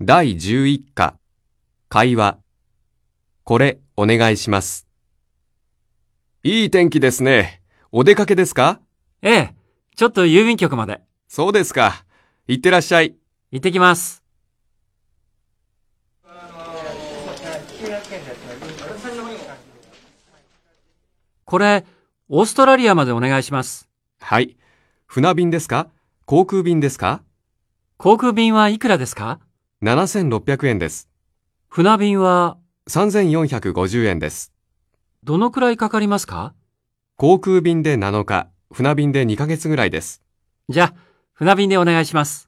第11課、会話。これ、お願いします。いい天気ですね。お出かけですかええ、ちょっと郵便局まで。そうですか。いってらっしゃい。行ってきます。これ、オーストラリアまでお願いします。はい。船便ですか航空便ですか航空便はいくらですか ?7600 円です。船便は、 3450円です。どのくらいかかりますか航空便で7日、船便で2ヶ月ぐらいです。じゃあ、船便でお願いします。